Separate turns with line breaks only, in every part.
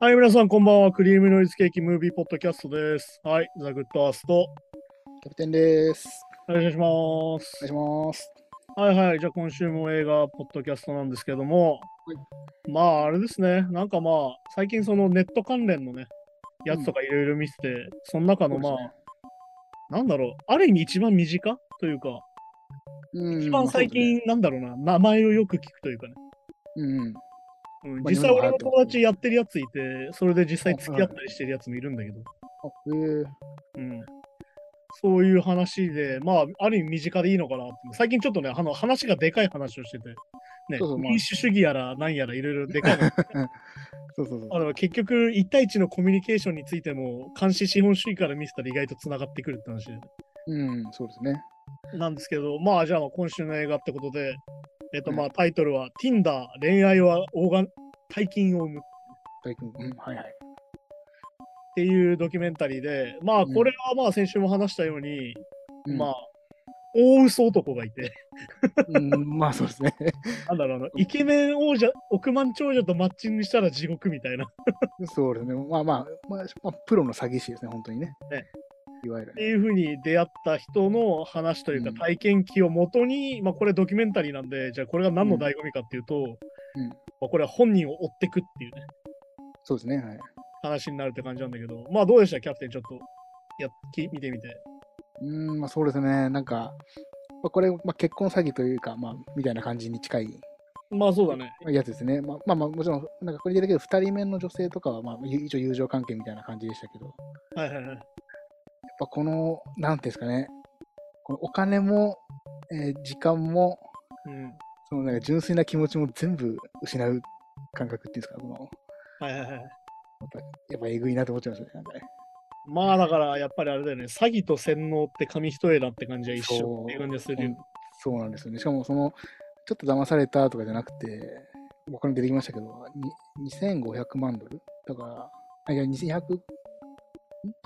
はい、皆さん、こんばんは。クリームノイズケーキムービーポッドキャストです。はい、ザ・グッドアースト。よ
キャプテンです。
ろしくお願いし
お願いします。
ます。はいはい、じゃあ今週も映画ポッドキャストなんですけども、まああれですね、なんかまあ、最近そのネット関連のね、やつとかいろいろ見てて、その中のまあ、なんだろう、ある意味一番身近というか、
うん
一番最、近、なんだろうな、名前をよく聞くというかね、
うん。
うん、
まあ
実際
日本でも流
俺の
行ってます
友達やってるやついて、それで実際付き合ったりしてるやつもいるんだけど、
あえー
うんそういう話で、まあ、ある意味身近でいいのかなって。最近ちょっとね、あの話がでかい話をしてて、ね
そうそうまあ
民主主義やら何やらいろいろでかい の。
そうそうそう。
あの結局、1対1のコミュニケーションについても、監視資本主義から見せたら意外とつながってくるって話
うん、そうですね。
なんですけど、まあ、じゃあ今週の映画ってことで、えっと、まあ、タイトルは、Tinder 恋愛は大が大金を生む。
大君、うん、はいはい。
っていうドキュメンタリーで、まあ、これはまあ、先週も話したように、
うん
まあ、、大嘘男がいて、
うん、まあそうですね。
なんだろうあの、イケメン王者、億万長者とマッチングしたら地獄みたいな。っ
そうですね。まあまあ、まあ、まあ、プロの詐欺師ですね、本当にね。
ね
いわゆる
て
ね。
いうふうに出会った人の話というか
うん
体験記をもとに、まあこれドキュメンタリーなんで、じゃあこれが何の醍醐味かっていうと、
うん
まあこれは本人を追ってくっていうね、
そうですね。はい。
話になるって感じなんだけど、まあどうでしたキャプテンちょっと。やっき見てみて。
うん、まあそうですね。なんか、まあ、これ、まあ、結婚詐欺というか、まあ、みたいな感じに近い
まあそうだね。
やつですね。まあまあ、まあ、もちろん、なんかこれだけど、二人目の女性とかは、まあ、ゆ一応友情関係みたいな感じでしたけど。
はいはいはい。
やっぱこの、なんていうんですかね、このお金も、えー時間も、
うん。
そのなんか純粋な気持ちも全部失う感覚っていうんですか、この、
はいはいはい。
やっぱえぐいなと思っちゃいましたね、なんかね。
まあだからやっぱりあれだよね、詐欺と洗脳って紙一重だって感じは一緒っていう感じがするよね。
そうなんですよね。しかもその、ちょっと騙されたとかじゃなくて、お金出てきましたけど、に2500万ドルだから、あ、いや、2100、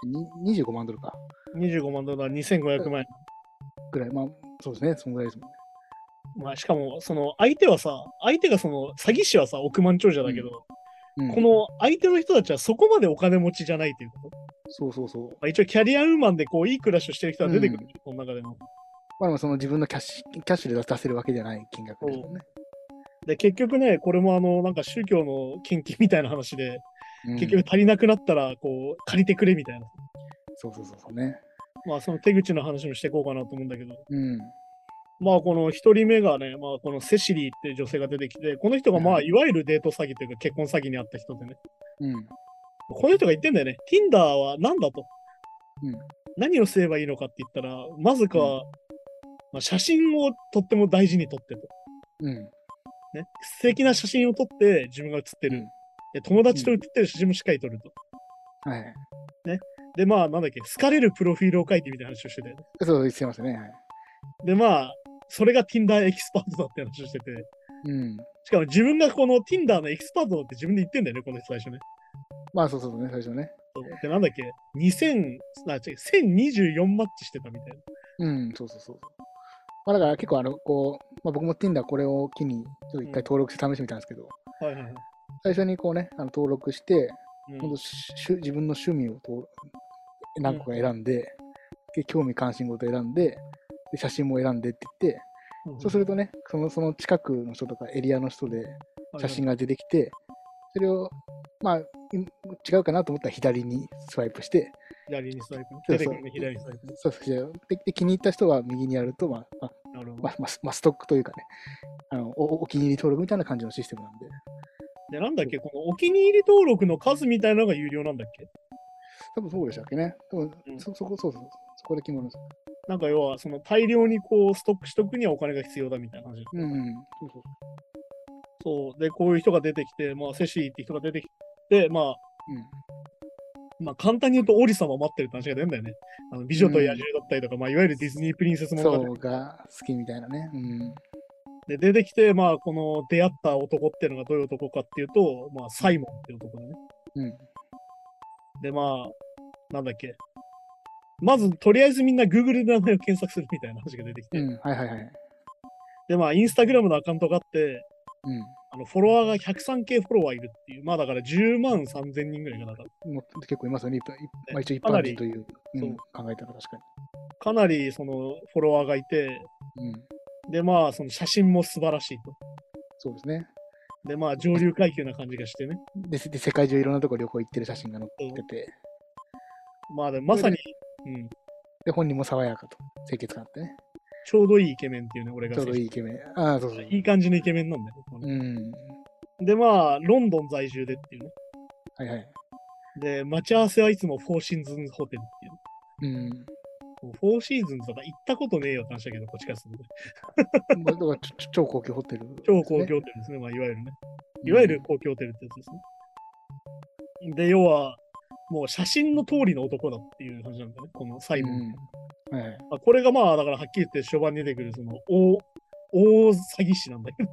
んに25万ドルか。
25万ドルは2500万円。
ぐらい、まあ、そうですね、そんぐらいですもんね。
まあ、しかも、その相手はさ、相手がその詐欺師はさ、億万長者だけど、
うん
この相手の人たちはそこまでお金持ちじゃないということ。
そうそうそう。
まあ、一応、キャリアウーマンでこういい暮らしをしてる人は出てくる、この中でも。
まあでもその自分のキャッシュキャッシュで出せるわけじゃない金額ですもんね。
で、結局ね、これもあの、なんか宗教の献金みたいな話で、
うん
結局足りなくなったら、こう、借りてくれみたいな。
そうそうそうそうね。
まあ、その手口の話もしていこうかなと思うんだけど、
うん。
まあ、この一人目がね、まあ、このセシリーって女性が出てきて、この人がまあ、
うん
いわゆるデート詐欺というか、結婚詐欺にあった人でね。
うん。
この人が言ってんだよね。Tinder は何だと。
うん
何をすればいいのかって言ったら、まずか、
うん
まあ、写真をとっても大事に撮ってと。
うん。
ね、素敵な写真を撮って自分が写ってる。で友達と写ってる写真もしっかり撮ると。
はい。
で、まあ、なんだっけ、好かれるプロフィールを書いてみたいな話をしてたよね。
そう、してましたね。はい。
で、まあ、それが Tinder エキスパートだって話をしてて。
うん。
しかも自分がこの Tinder のエキスパートだって自分で言ってんだよね、この人最初ね。
まあそうそうそうね、最初ね。
そうで、なんだっけ、2000、あ、違う、1024マッチしてたみたいな。
うん、そうそうそう。まあだから結構あの、こう、まあ、僕も Tinder これを機に、ちょっと一回登録して試してみたんですけど、
はいはいはい。
最初にこうね、あの登録して、
うん
今度しゅ自分の趣味を登録何個か選んで、で興味関心事選んで、で写真も選んでって言って、そうするとね、そのその近くの人とかエリアの人で写真
が。
が出てきて、それを、まあ、い違うかなと思ったら左にスワイプして、
左にスワイプね。
そ
出
う
て
そ
く
う
るね、左にスワイプね。
そうそうでで気に入った人は右にやると、まあまあ
なるほど
ま。あまあ、まあストックというかねあのお、お気に入り登録みたいな感じのシステムなんで、
で、なんだっけ、このお気に入り登録の数みたいなのが有料なんだっけ
多分そうでしたっけね。多分
うん
そそこそうそうそこで決まるんですよ。
なんか要は、その大量にこうストックしとくにはお金が必要だみたいな話。
うん、うん、そうそう
そう。で、こういう人が出てきて、まあ、セシリーって人が出てきて、まあ、まあ、簡単に言うと、王子様を待ってるって話が出るんだよね。あの美女と野獣だったりとか、まあ、いわゆるディズニープリンセス
うん。
物
そ
語
うが好きみたいなね。うん。
で出てきて、まあ、この出会った男っていうのがどういう男かっていうと、まあ、サイモンっていう男だね。
うん。
で、まあ、なんだっけ。まず、とりあえずみんな Google で名前を検索するみたいな話が出てきて、
うん。はいはいはい。
で、まあ、インスタグラムのアカウントがあって、
うん。
ああのフォロワーが 103K フォロワーいるっていう、まあだから10万3000人ぐらいがなんか
もう結構いますよね。いっぱいまあ、一応一
かな
般
り
人という、うん
そう
考えたら確か
かなりそのフォロワーがいて、
に。うん。
でまあその写真も素晴らしいと。
そうですね。
でまあ上流階級な感じがしてね。
で、で世界中いろんなとこ旅行行ってる写真が載ってて、
まあでもまさに、うん、
で、本人も爽やかと、清潔感あってね。
ちょうどいいイケメンっていうね、俺が
ちょうどいいイケメン。ああ、そうそう。
いい感じのイケメンなんだよ、ね
うん。
でまあロンドン在住でっていうね。
はいはい。
で待ち合わせはいつもフォーシーズンズホテルっていう。
うん。
もうフォーシーズンズとか行ったことねえよって話だけど、こっちからすると。
まあ、だからちょちょ超高級ホテル、
超高級ホテルですね、まあ、いわゆるね。いわゆる高級ホテルってやつですね。で、要は、もう写真の通りの男だっていう感じなんだね、このサ
う
イ
ん。
モン。
うん。はいはい。
まあ、これがまあ、だからはっきり言って序盤に出てくる、その、大、大詐欺師なんだけど。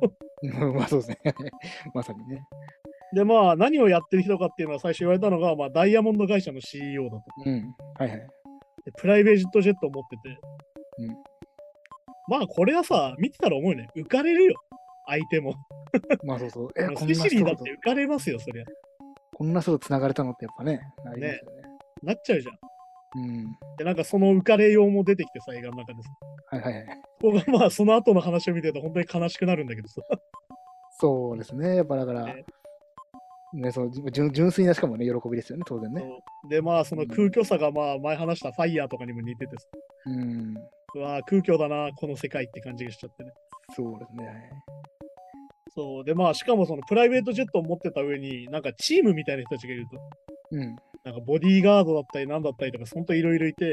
うんまあそうですね。 まさにね。
で、まあ、何をやってる人かっていうのは最初言われたのが、まあ、ダイヤモンド会社の CEO だと。
うん。はいはい。
でプライベートジェットを持ってて。
うん
まあ、これはさ、見てたら思うよね。浮かれるよ。相手も。
まあそうそう。え、こん
ス
な
ペ シリー
人
だっ
と
て、浮かれますよ、そりゃ。
こんな人と繋がれたのってやっぱね、なりますよね。
なっちゃうじゃん。
うん。
で、なんかその浮かれようも出てきてさ、映画の中でさ
はいはいはい。
ここがまあその後の話を見てると本当に悲しくなるんだけどさ。
そうですね。やっぱだから、
ね
ね、そのじ純純粋なしかもね、喜びですよね、当然ね。
でまあその空虚さがまあ前話したファイヤーとかにも似ててさ。
うん。
うわあ空虚だな、この世界って感じがしちゃってね。
そうですね。
そう。でまあしかもそのプライベートジェットを持ってた上になんかチームみたいな人たちがいると。
うん。
なんかボディーガードだったりなんだったりとか本当いろいろいて。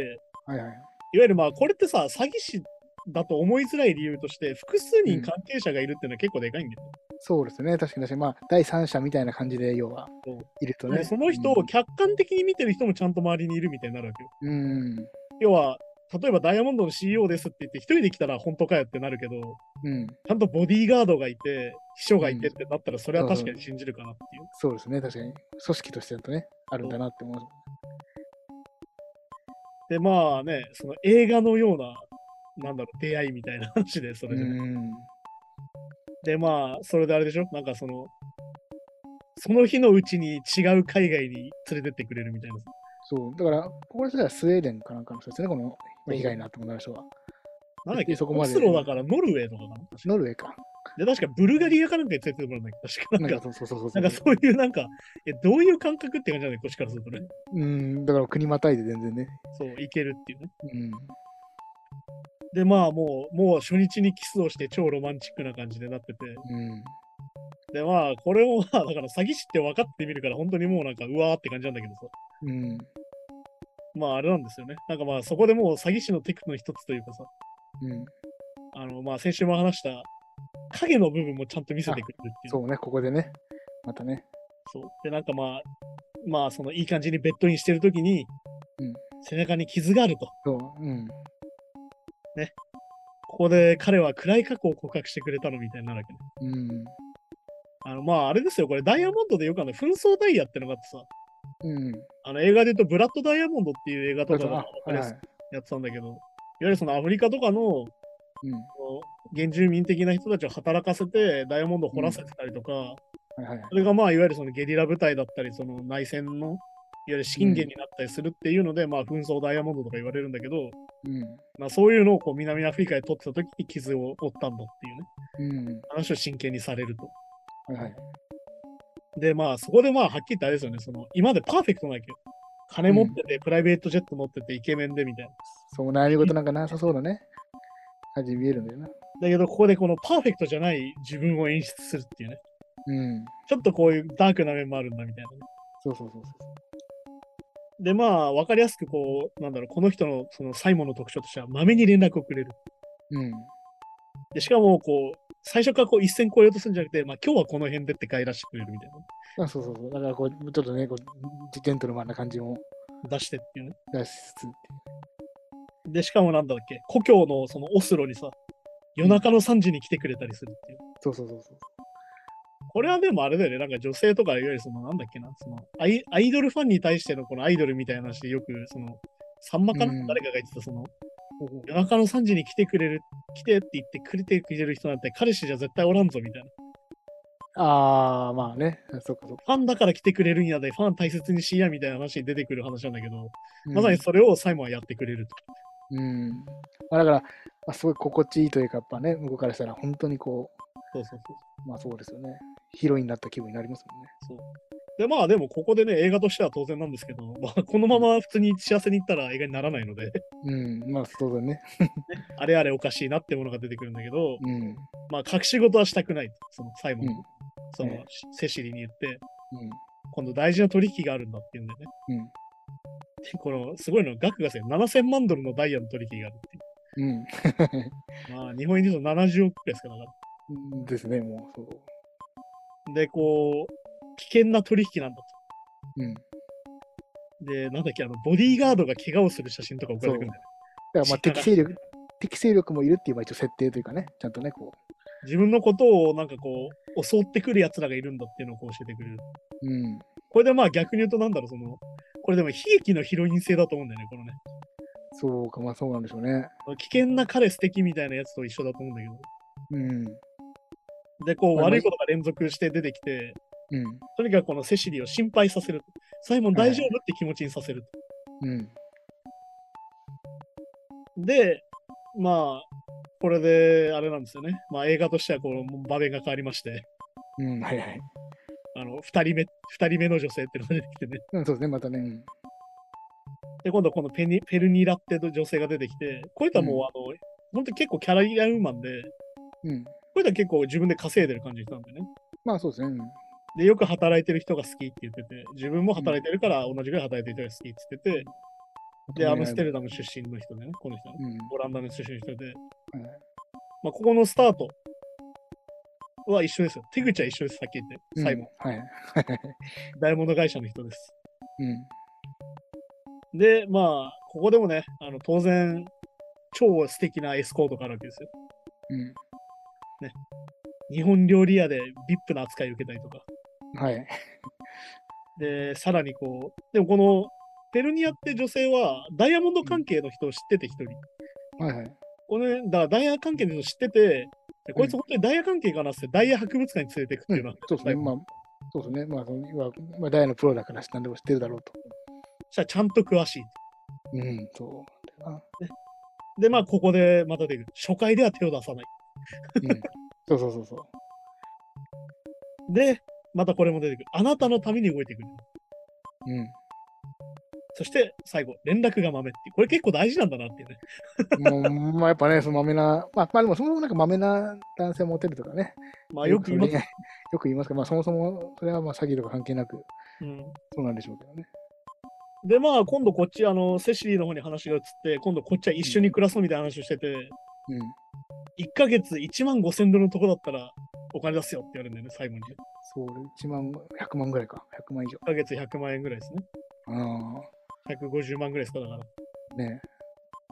はいはい。
いわゆるまあこれってさ、詐欺師だと思いづらい理由として複数人関係者がいるっていうのは結構でかいんだよ。
そうですね。確かに確かに。まあ、第三者みたいな感じで、要は
そう、
いると
で
ね。
その人を客観的に見てる人もちゃんと周りにいるみたいになるわけよ。
うん。うん。
要は、例えばダイヤモンドの CEO ですって言って、一人で来たら本当かよってなるけど、
うん。
ちゃんとボディーガードがいて、秘書がいてってなったら、それは確かに信じるかなっていう。
そうですね。確かに。組織としてだとね、あるんだなって思う。
で、まあね、その映画のような、なんだろう、出会いみたいな話で、それで、ね
うん。
で、まあ、それであれでしょなんかその、その日のうちに違う海外に連れてってくれるみたいな。
そう。だから、これじゃスウェーデンかなんかの人ですね、この被害になってもらう人は。
なんだっけ、
でそこまで
オスロだからノルウェーとかかな。
ノルウェーか。
で、確かブルガリアかなんかに連れてってもらうんだけど、確か
な
なんん
か
か、
そうそうそうそ
なん
う。
かそういうなんか、え、どういう感覚って感じなんだよ、こっちからするとね。
うん、だから国またいで全然ね。
そう、いけるっていうね。
うん。
でまあもうもう初日にキスをして超ロマンチックな感じでなってて
うん。
でまあこれをまあだから詐欺師って分かってみるから本当にもうなんかうわーって感じなんだけどさ
うん。
まああれなんですよねなんかまあそこでもう詐欺師のテクの一つというかさ
うん。
あのまあ先週も話した影の部分もちゃんと見せてくれるっていう
そうね、ここでね。またね。
そうでなんかまあまあそのいい感じにベッドインしてる時に、
うん
背中に傷があると
そう。うん。
ここで彼は暗い過去を告白してくれたのみたいになるわけね
うん。
あのまああれですよこれダイヤモンドでよくあの紛争ダイヤってのがあってさ
うん。
あの映画で言うと、ブラッド・ダイヤモンドっていう映画
ことれ
か
と
が
あ、はいはい。
やってたんだけど、いわゆるそのアフリカとかのこ
うん。
う原住民的な人たちを働かせて、ダイヤモンドを掘らせてたりとか、
はいはい。
それがまあいわゆるそのゲリラ部隊だったり、その内戦のいわゆる資金源になったりするっていうので、まあ紛争ダイヤモンドとか言われるんだけど、
うん。
まあ、そういうのをこう南アフリカで取ってた時に傷を負ったんだっていうね、
うん。
話を真剣にされると。
はいはい。
で、まあ、そこでまあ、はっきり言ってあれですよね、その、今までパーフェクトなわけよ。金持ってて、プライベートジェット持ってて、イケメンでみたいな。
そう、悩み事なんかなさそうだね。感じに見えるんだよな。
だけど、ここでこのパーフェクトじゃない自分を演出するっていうね。
うん。
ちょっとこういうダークな面もあるんだみたいなね。
そうそうそうそう。
で、まあ、わかりやすくこう、なんだろう、この人のそのサイモンの特徴としては、まめに連絡をくれる。
うん。
で、しかも、こう、最初からこう一線越えようとするんじゃなくて、まあ、今日はこの辺でって帰らせてくれるみたいな。
あそうそうそう。だからこう、ちょっとね、こうジジェントルマンな感じも
出してっていうね。
出しつつ。
で、しかもなんだっけ、故郷のそのオスロにさ、夜中の3時に来てくれたりするっていう。
そうそうそうそう。
これはでもあれだよね、なんか女性とか、いわゆるその、なんだっけな、そのアイ、アイドルファンに対してのこのアイドルみたいな話でよく、その、さんまかな、
うん
誰かが言ってた、その、
おお
夜中の3時に来てくれる、来てって言ってくれてくれる人なんて彼氏じゃ絶対おらんぞみたいな。
ああ、まあね。そうかそうか。
ファンだから来てくれるんやで、ファン大切にしやみたいな話に出てくる話なんだけど、まさにそれをサイモンはやってくれると。
うん。うんまあ、だから、まあ、すごい心地いいというか、やっぱね、向こうからしたら本当にこ
そうそうそう
う、まあそうですよね。ヒロインになった気分になりますもんね。
そう。で、まあでもここでね、映画としては当然なんですけど、 まあ、このまま普通に幸せに行ったら映画にならないので、
うん、まあ当然ね。
あれあれおかしいなってものが出てくるんだけど、
うん。うん。
まあ隠し事はしたくないと、そのサイモン、
うん
その
ええ
セシリに言って、今度大事な取引があるんだって言うんでね。
うん。
でこのすごいの、額がさ、7000万ドルのダイヤの取引があるっていう
うん。
まあ日本円で言うと70億くらいですかだか
ですね、もう、そう。
ら。で、こう、危険な取引なんだと。
うん。だ
で、なんだっけ、あの、ボディーガードが怪我をする写真とか送られてくるんだよね
からまあ適正力、適正力もいるっていう、まあ一応設定というかね、ちゃんとね、こ
自分のことをなんかこう襲ってくる奴らがいるんだっていうのをこう教えてくれる。
う。うん。
これでまあ逆に言うとなんだろうそのこれでも悲劇のヒロイン性だと思うんだよねこのね
そうか、まあそうなんでしょうね。
危険な彼素敵みたいなやつと一緒だと思うんだけど
うん。
でこう
まあまあ
悪いことが連続して出てきて
うん。
とにかくこのセシリを心配させるサイモン
はい
大丈夫って気持ちにさせる
うん。
でまあこれであれなんですよねまあ映画としてはこう場面が変わりまして
うん。はいはい。
あの2人目二人目の女性っていうのが出てきてね
うん、そうですね、またね。うん
で、今度このペニペルニラって女性が出てきて、こういったもう、
うん
あの、本当に結構キャラリアウーマンで、
うん。
こういった結構自分で稼いでる感じしたんでね。
まあそうですね。うん
で、よく働いてる人が好きって言ってて、自分も働いてるから同じぐらい働いてる人が好きって言ってて、で、アムステルダム出身の人でね、この人はね、
うん。
オランダの出身の人で、
はい
まあ、ここのスタートは一緒ですよ。手口は一緒です、さっき言って。最後、。
うんはい。
ダイヤモンド会社の人です。
うん。
で、まあ、ここでもね、あの当然、超素敵なエスコートがあるわけですよ。
う
日本料理屋で VIP な扱いを受けたりとか。
ん。はい。
で、さらにこう、でもこの、ペルニアって女性はダイヤモンド関係の人を知ってて一人。
はいはい。
これね、だからダイヤ関係の人を知ってて、でこいつ本当にダイヤ関係かなっつってダイヤ博物館に連れてくって
う
いうんのは、
そうですね。まあ、そうですね。まあ、そのまあまあ、ダイヤのプロだから何でも知ってるだろうと。
したらちゃんと詳しい。
うん、そう。あ
で、まあ、ここでまた出てくる。初回では手を出さない。
うん、そうそうそうそう。
で、またこれも出てくる。あなたのために動いてくる。
うん。
そして、最後、連絡が豆っていう。これ結構大事なんだなっていうね。
もうまあやっぱね、そのまめな、まあ、まあでもそもそもなんかまめな男性モテるとかね、
まあ、よく言います。
よ よく言いますけど、まあそもそもそれはまあ詐欺とか関係なく、
うん
そうなんでしょうけどね。
でまあ今度こっちあのセシリーの方に話が移って今度こっちは一緒に暮らそうみたいな話をしてて、
うん。
1ヶ月1万5千ドルのとこだったらお金出すよって言われるんだよね最後に1
そう、1万、100万ぐらいか、100万以上。
ヶ月100万円ぐらいですね
あ
150万ぐらいですかだから
あ、ねえ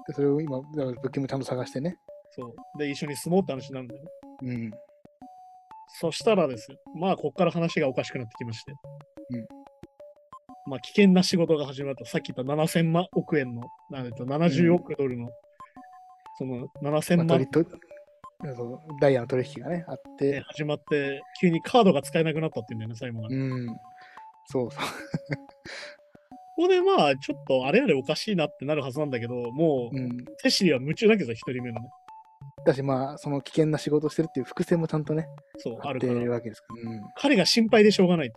でそれを今、だから物件もちゃんと探してね。
そうで一緒に住もうって話になるんだよね
うん。
そしたらですよまあこっから話がおかしくなってきまして
うん
まあ危険な仕事が始まったさっき言った7000万億円のなんだっけ70億ドルの、その7000
まあ、
万
取りとそうダイヤの取引がね、あっ
で
て、
始まって急にカードが使えなくなったっていうんだよね最後がね
うん。そうそう。
ここでまあ、ちょっとあれあれおかしいなってなるはずなんだけど、もう、
うん。
セシリは夢中だけど、一人目のね。
だし、まあ、その危険な仕事をしてるっていう伏線もちゃんとね、
そう、
あ
あ
っ
る
て
か
る
ら。
わけですから。うん。
彼が心配でしょうがない。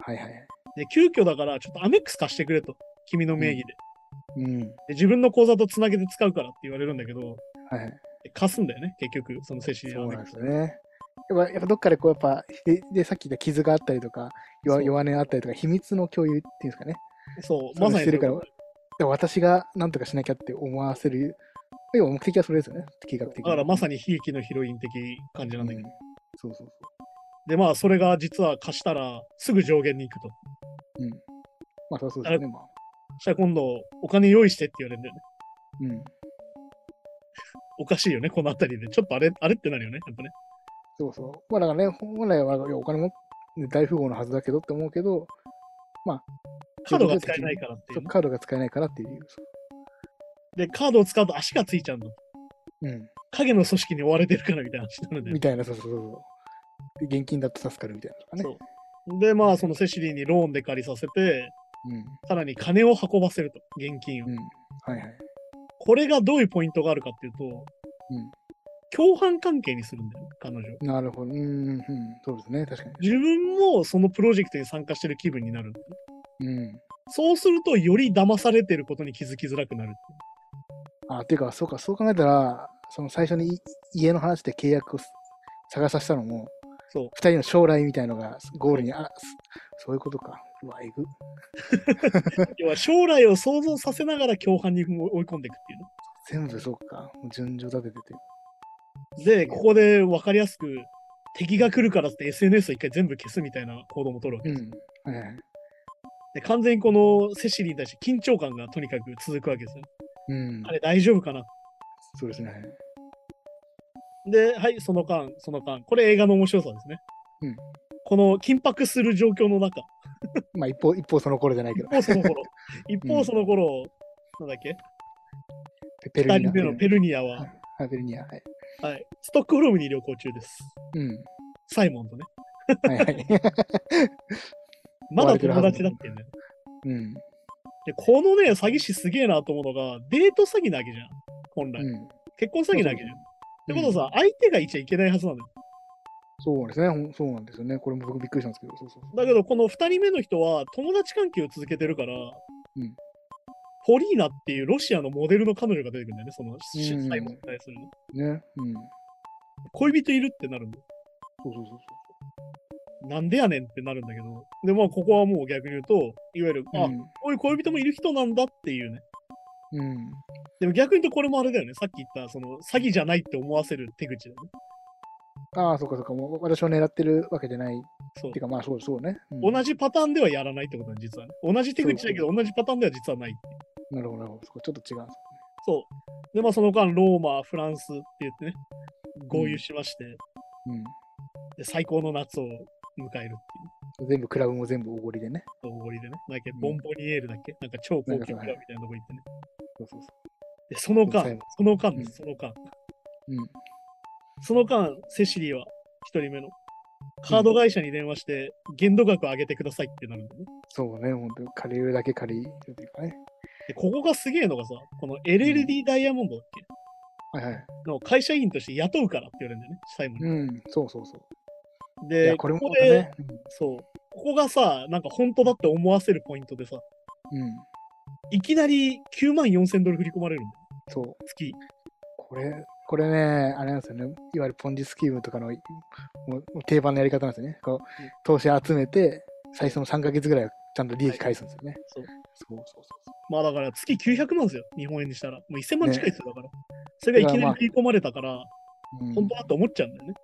はいはい。
で、急遽だから、ちょっとアメックス貸してくれと。君の名義で。
うん。
で自分の口座とつなげて使うからって言われるんだけど、
はいはい。
で貸すんだよね、結局、そのセシリ
そ
は
う
ね
なんですよね。やっぱやっぱどっかでこうやっぱででさっき言った傷があったりとか弱
そう
弱音あったりとか秘密の共有っていうんですかね
そう、
そう
まさ
し
に
てるからで私が何とかしなきゃって思わせる要は目的はそれですよね計画的
だ
に
からまさに悲劇のヒロイン的感じなんだけど。
うんそうそうそ
で、まあ、それが実は貸したら、すぐ上限に行くと。
ううんまあそうそうですよねまあ
そしたら今度、お金用意してって言われるんだよね。
うん
おかしいよね、このあたりで。ちょっとあれ、あれってなるよね、やっぱね。
そうそうまあだからね本来はいやお金もね大富豪のはずだけどって思うけどまあ
カードが使えないからっていね、
そううカードが使えないからっていう理由そう
で、カードを使うと足がついちゃうんだ。
うん
影の組織に追われてるからみたいな話なので
み、たいなそうそうそうそうで現金だと助かるみたいなのとかね。
そうで、まあ、そのセシリーにローンで借りさせて、さらに金を運ばせると、現金を。
うん。うん。はいはい。
これがどういうポイントがあるかっていうと、共犯関係にするんだよ、彼女。
うん。なるほど。うん、うん、うん。そうですね。確か
自分もそのプロジェクトに参加してる気分になる。
に。うん。
そうすると、より騙されてることに気づきづらくなる。
あ、ていうか、そうか、そう考えたら、その最初にい家の話で契約をす探させたのも、
そう。
二人の将来みたいのがゴールに、あ、すそういうことか。うわ、えぐ。
要は将来を想像させながら共犯に追い込んでいくっていうね。
全部そうか。もう順序立ててて。
で、ここで分かりやすく、敵が来るからって SNS を一回全部消すみたいな行動も取るわけです。
うん。はいはい。
で完全にこのセシリーに対して緊張感がとにかく続くわけですよ。
うん
あ。れ大丈夫かな
そうですね。
で、はい、その間、その間。これ映画の面白さですね。
うん
この緊迫する状況の中、
まあ、一方、一方その頃じゃないけ
一
ど。
方その 頃、一方その頃、なんだっけ、
ペペ
二
ルニ
人
ア。
目のペルニアは、
はいペルニア。はい。
はい、ストックホルムに旅行中です。
うん。
サイモンとね。
はいはい。
まだ友達だっていうね。
うん。
で、このね、詐欺師すげえなと思うのが、デート詐欺なわけじゃん。本来。
うん。
結婚詐欺なわけじゃん。っ
う
て
ん
ことはさ、相手がいちゃいけないはずなんだよ。
そうですね。ほんそうなんですよね。これも僕びっくりしたんですけど。そうそうそう。
だけど、この2人目の人は友達関係を続けてるから、
ん
ポリーナっていうロシアのモデルの彼女が出てくるんだよね、その、し
うん
サイモンに対するね。
ね。うん。
恋人いるってなるんだよ。
そうそうそう
なんでやねんってなるんだけど、で、まあ、ここはもう逆に言うと、いわゆる、
そう。
あ、こういう恋人もいる人なんだっていうね。
うん。うん。
でも逆に言うと、これもあれだよね、さっき言った、その、詐欺じゃないって思わせる手口だよね。
ああ、そうかそうか。もう私を狙ってるわけじゃない。
そう
て。か、まあそうそうね。うん
同じパターンではやらないってことね、実はね。同じ手口だけど、同じパターンでは実はないっていう。
なるほど、なるほど。そこちょっと違うんです
そう。で、まあ、その間、ローマ、フランスって言ってね、合流しまして、
ね。
で最高の夏を迎えるっていう。
うん。全部、クラブも全部おごりでね。
おごりでね。なんだっけ、
うん
ボンボニエールだっけなんか超高級クラブみたいなとこ行ってね。
そうそうそ
で、その間
最後、
その間で
うん
す、その間。
う。うん。
その間、セシリーは、一人目の。カード会社に電話して、限度額上げてくださいってなるんだよね。
そうね、本当に借りるだけ借りるというかね。
で、ここがすげえのがさ、この LLD ダイヤモンドだっけ
はいはい。
の会社員として雇うからって言われるんだよね、最後に。
うん、そうそうそう。い
で、
や、これも
こ
ま
こ
た
で、
ね。
そう、ここがさ、なんか本当だって思わせるポイントでさ、
うんうん。
いきなり9万4000ドル振り込まれるんだよ、
そう。
月。
これ、これね、あれなんですよね。いわゆるポンジスキームとかのもうもう定番のやり方なんですよね。こう
うん、
投資集めて、最初の3ヶ月ぐらいはちゃんと利益返すんですよね。
そう
そうそうそうそ
まあだから月900万ですよ、日本円にしたら。もう1000万近いですよ、だから。それがいきなり振り込まれたから、
う。うん
本当だと思っちゃうんだよね。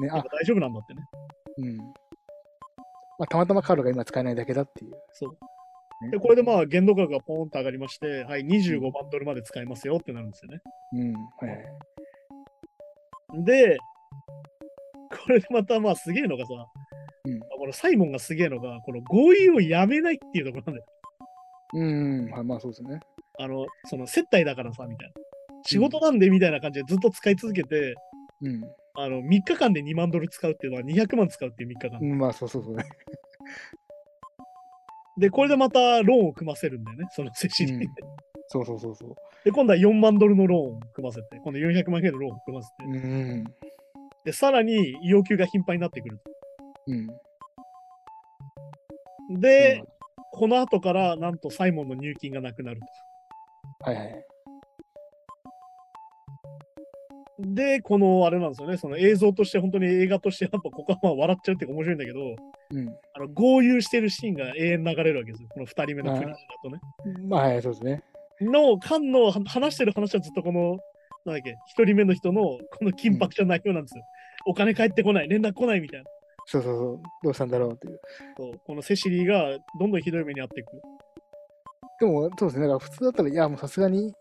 ね、
なん
あ
か、大丈夫なんだってね。
うん。まあ、たまたまカードが今使えないだけだっていう。
そう。
ね
で、これでまあ限度額がポーンと上がりまして、はい、25万ドルまで使えますよってなるんですよね。
うん。はいはい。
で、これでまたまあすげえのがさ、
うん
このサイモンがすげえのが、この合意をやめないっていうところなんだよ
うん、はい、まあそうですね。
あの、その接待だからさ、みたいな。仕事なんでみたいな感じでずっと使い続けて、
うん
あの、3日間で2万ドル使うっていうのは200万使うっていう3日間。
うん。まあそうそうそう。
で、これでまたローンを組ませるんだよね、そのセシリーで。
そうそうそうそう。
で、今度は4万ドルのローンを組ませて、今度400万円のローンを組ませて。
うん。
で、さらに要求が頻繁になってくる。
うん。
で、この後からなんとサイモンの入金がなくなると。
はいはい。
で、このあれなんですよね、その映像として、本当に映画として、やっぱここはまあ笑っちゃうっていうか面白いんだけど、あの合流してるシーンが永遠流れるわけですよ。この2人目のプリンだとね。
うん。まあはい、そうですね。
の、菅のは話してる話はずっとこの、なんだっけ、1人目の人のこの緊迫した内容なんですよ。お金返ってこない、連絡来ないみたいな。
そうそうそう。どうしたんだろうっていう。
そうこのセシリーがどんどんひどい目に遭っていく。
でも、そうですね。だから普通だったら、いや、もうさすがに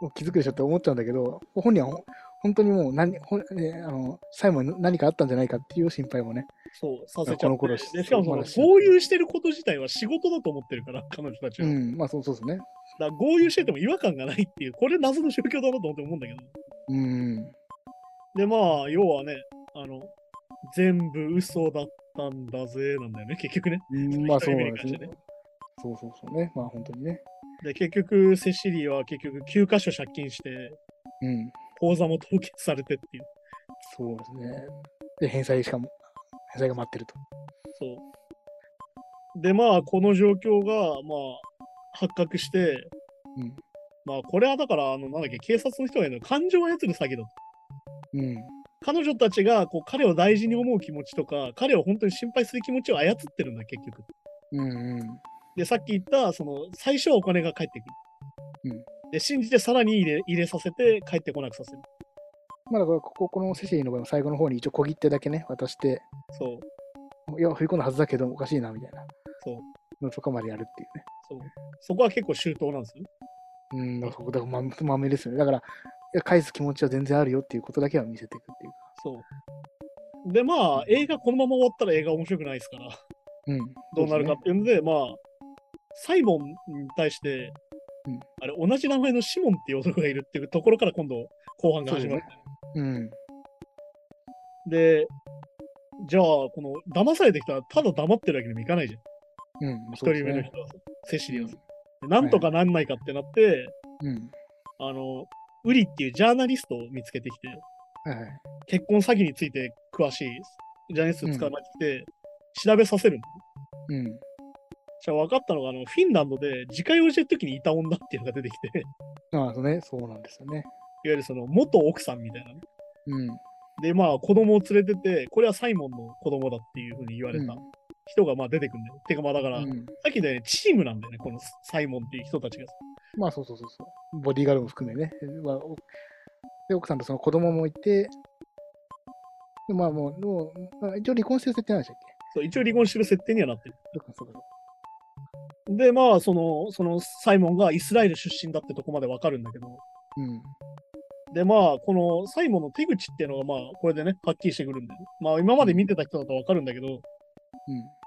もう気づくでしょって思っちゃうんだけど、本人はほ本当にもう何、ほんね、あの、最後に何かあったんじゃないかっていう心配もね。
そう、させちゃ
こ
っ
の頃
て。でしかもその
まだ知ら
合流してること自体は仕事だと思ってるから、彼女たち
う
は。だか
ん。まあそうそうですね。
ら合流してても違和感がないっていう、これ謎の状況だなと思って思うんだけど。
うん。
で、まあ、要はね、あの、全部嘘だったんだぜ、なんだよね、結局ね。
うんまあ
そ
そ
の
う
一
なん
人目に関し
です
て
ね
ね。
そうそうそうね。まあ本当にね。
で、結局、セシリーは結局9箇所借金して、
うん。
口座も凍結されてっていう。
そうですね。で、返済しかも、返済が待ってると。
そう。で、まあ、この状況が、まあ、発覚して、
うん。
まあ、これはだから、あの、なんだっけ、警察の人が言うのは、感情を操る詐欺だと。
うん。
彼女たちが、こう、彼を大事に思う気持ちとか、彼を本当に心配する気持ちを操ってるんだ、結局。
うんうん。
で、さっき言った、その、最初はお金が返ってくる。で、信じてさらに入れ入れさせて、帰ってこなくさせる。
まあだから、ここ、このセシリの場合も最後の方に一応小切手だけね、渡して、
そう、
いや、振り込んだはずだけど、おかしいな、みたいな
そう、
のとかまでやるっていうね。
そう。そこは結構周到なんですよね。
うん、だからそこだから、ま、まめですよね。だから、いや返す気持ちは全然あるよっていうことだけは見せていくっていうか。
そう。で、まあ、映画このまま終わったら映画面白くないですから、
うん。
どうなるかっていうので、まあ、サイモンに対して、
うん
あれ、同じ名前のシモンっていう男がいるっていうところから今度、後半が
そう
始
です
まる
ね。。うん。
で、じゃあ、この、騙されてきたら、ただ黙ってるわけにもいかないじゃん。
うん。
一
そうです
人目の
ね。
人は、セシリアさん。でなんとかなんないかってなって、
うん。
あの、ウリっていうジャーナリストを見つけてきて、
はいはい。
結婚詐欺について詳しいジャーナリストを捕まえてきて、調べさせるの。
うん。
じゃあ分かったのが、あの、フィンランドで自家用してる時にいた女っていうのが出てきて、いわ
まあ、そうね、そうなんですよね。
ゆるその元奥さんみたいなね。
うん。
で、まあ子供を連れてて、これはサイモンの子供だっていうふうに言われた
うん
人がまあ出てくるんだよ。てかまあだから、
うん
さっきね、チームなんだよね、このサイモンっていう人たちが。
まあそうそうそうそう。ボディーガードも含めね。まあ、おで奥さんとその子供もいて、でまあもう、もうまあ一応離婚してる設定なんでしたっ
そう、一応離婚してる設定にはなってる。
けそうかそうかそうか
で、まあその、そのサイモンがイスラエル出身だってとこまでわかるんだけど、
うん。
で、まあ、このサイモンの手口っていうのが、まあ、これでね、はっきりしてくるんだよね。まあ、今まで見てた人だとわかるんだけど、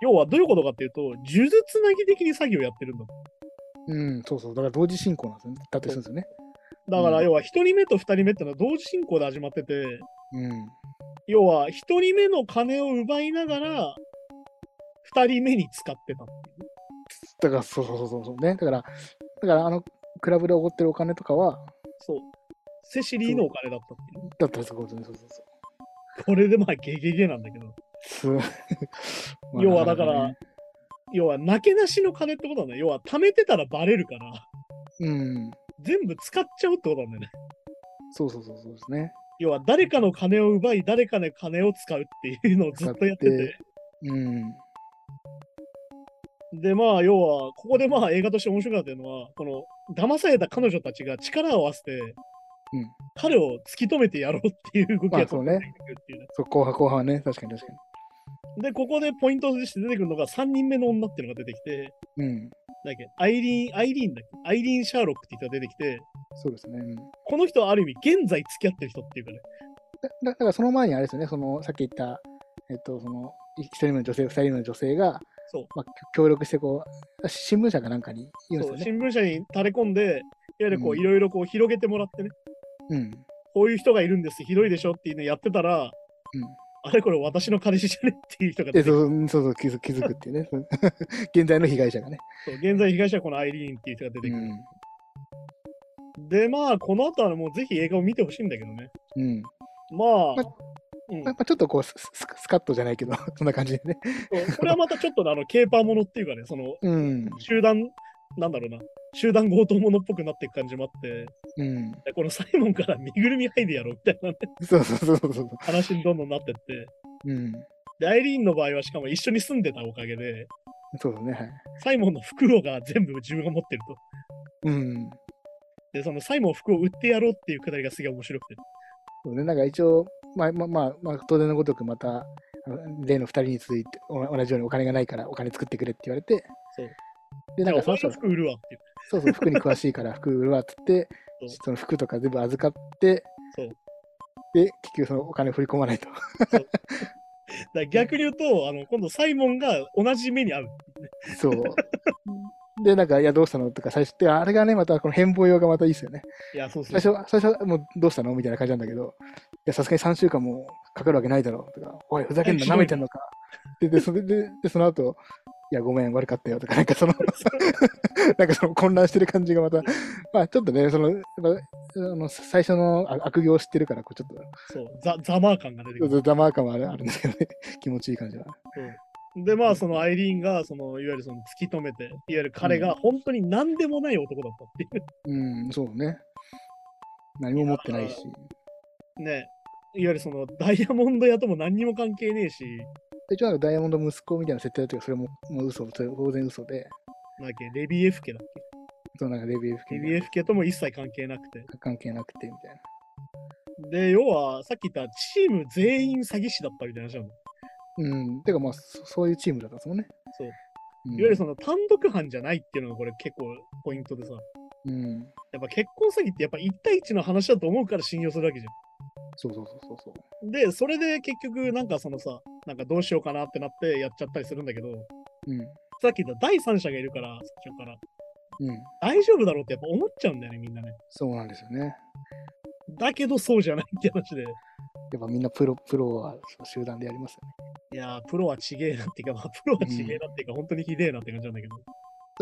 要はどういうことかっていうと、呪術つなぎ的に詐欺をやってるんだ。
うん。うん、そうそう。だから同時進行なんですよね。だってするんですよね。
だから、
うん
要は1人目と2人目っていうのは同時進行で始まってて、
うん。
要は1人目の金を奪いながら、2人目に使ってた。
だからそうそうそうそうね。だから、だからあの、クラブでおごってるお金とかは、
そう。セシリーのお金だったっていう
だったらそういうことね。そうそうそう。
これでまあ、ゲゲゲなんだけど。
すま あ
要はだか
なな
ら
ね、
要は、なけなしの金ってことなんだよ。要は、貯めてたらバレるから、
うん。
全部使っちゃうってことなんだよね。
そうそうそうそうですね。
要は誰かの金を奪い誰かの金を使うっていうのをずっとやって
使っててうん。
でまあ要はここでまあ映画として面白くなってるのはこの騙された彼女たちが力を合わせて、
ん
彼を突き止めてやろうっていう動き
ま
が
あそうね
出てくるっていうね
そう、後半後半はね。確かに確か
でここでポイントとして出てくるのが3人目の女っていうのが出てきて
に。うん。
だっけアイリーンアイリーンだっけアイリーン・シャーロックって人が出てきて
そうですね。うん
この人はある意味現在付き合ってる人っていうかね
だだだからその前にあれですよね、そのさっき言った、えっと、その1人目の女性、2人目の女性が、
そう
まあ、協力してこう、新聞社かなんかに言うん
そ
で
う
すよね。
新聞社に垂れ込んでいわゆるこ
う
うんいろいろこう広げてもらってね
うん。
こういう人がいるんです、ひどいでしょっていうのやってたら、
うん
あれこれ私の彼氏じゃねっていう人が
で
出て
そ
き
ううんそうそう気づ気づくっていうね。 そう現在の被害者がね。
て、現在被害者はこのアイリーンっていう人が出
う
てくる。
ん。
で、まあ、この後はもうぜひ映画を見てほしいんだけどね。
うん、
まあ、
ま
うん
やっぱちょっとこうスススカッとじゃないけど、 そんな感じでね。
そうこれはまたちょっとねあのケーパーものっていうかね、その
うん。
集団、なんだろうな、集団強盗ものっぽくなっていく感じもあって、
うん。
でこのサイモンから身ぐるみ剥いでやろうみたいな、ね、
そうそうそうそうそう。
話にどんどんなってって。
うん。
で、アイリーンの場合はしかも一緒に住んでたおかげで、
そうだね。はい。
サイモンの袋が全部自分が持ってると。
うん。
で、そのサイモン服を売ってやろうっていうくだりがすげえ面白くて。
そうね、なんか一応、まあまあまあ、まあ、当然のごとくまた、あの例の2人に続いて、お同じようにお金がないからお金作ってくれって言われて、
そう
で、なんか
じ
そ
ゃあお
の
前の
人が、
服売るわっていう。
そうそう、服に詳しいから服売るわっつって
そう、
その服とか全部預かって、
そう
で、結局そのお金を振り込まないと。
だ から逆に言うと、あの今度サイモンが同じ目に遭う。
そう。で、なんか、いや、どうしたのとか、最初って、あれがね、また、この変貌用がまたいいですよね。
いや、そうっす
最
ね
初は、最初はもう、どうしたのみたいな感じなんだけど、いや、さすがに3週間もかかるわけないだろうとか、おい、ふ ざけんな、
ひどい
舐めてんのか。で、で、それで、で、その後、いや、ごめん、悪かったよとか、なんかその、 なんかその混乱してる感じがまた、まあ、ちょっとね、その、やっぱあの最初のあ悪行を知ってるから、こうちょっと、
そう、ざざまあ感が出てくる。
ざまあ感はあるあるんですけどね、 気持ちいい感じは。
で、まあ、そのアイリーンが、その、いわゆるその突き止めて、いわゆる彼が本当に何でもない男だったっていう。
うん、そうね。何も持ってないし。
ね。いわゆるその、ダイヤモンド屋とも何にも関係ねえし、
一応なんかダイヤモンド息子みたいな設定だったけど、それももう嘘、それ当然嘘で、
なんだっけ、レビエフ家だっ
そのなんかレビュ
け。
ー付
レビエフ家とも一切関係なくて。
関係なくてみたいな。
で、要は、さっき言った、チーム全員詐欺師だったみたいな話なの。
うん、てかまあ、そそういうチームだったんですもんね。
そう。
うん、
いわゆるその単独犯じゃないっていうのがこれ結構ポイントでさ、
うん、
やっぱ結婚詐欺ってやっぱ1対1の話だと思うから信用するわけじゃ
そうそうそうそうそう。
ん。で、それで結局なんかそのさ、なんかどうしようかなってなってやっちゃったりするんだけど、
うん、
さっき言った第三者がいるから、そっちから
うん、
大丈夫だろうってやっぱ思っちゃうんだよね、みんなね。
そうなんですよね。
だけどそうじゃないって話で。
やっぱみんなプロ、プロはそう集団でやりますよね。
いやー、プロはちげえなっていうか、まあ、プロはちげえなっていうか、本当にひでえなって感じなんだけど。
だ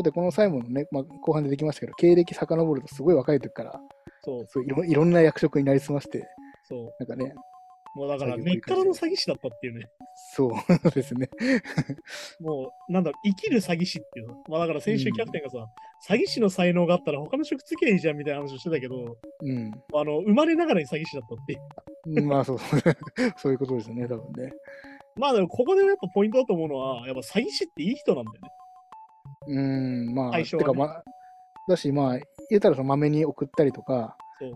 ってこのサイモンのね、まあ、後半でできましたけど、経歴遡るとすごい若い時から、
そう、
そういろいろんな役職になりすまして、
そ
なんかね、
う。もうだから、
詐欺を繰
根っ
り返
か
す
らの詐欺師だったっていうね。
そうですね。
もう、なんだろう、生きる詐欺師っていうの。まあだから先週キャプテンがさ、詐欺師の才能があったら他の職つけりゃいいじゃんみたいな話をしてたけど、
うん。
あの、生まれながらに詐欺師だったっていう。
まあそう、 そういうことですよね、多分ね。
まあでも、ここでやっぱポイントだと思うのは、やっぱ詐欺師っていい人なんだよね。
うーん、まあ、
最初は
て
ね
かまあ、だし、まあ、言うたらそのまめに送ったりとか、
そう。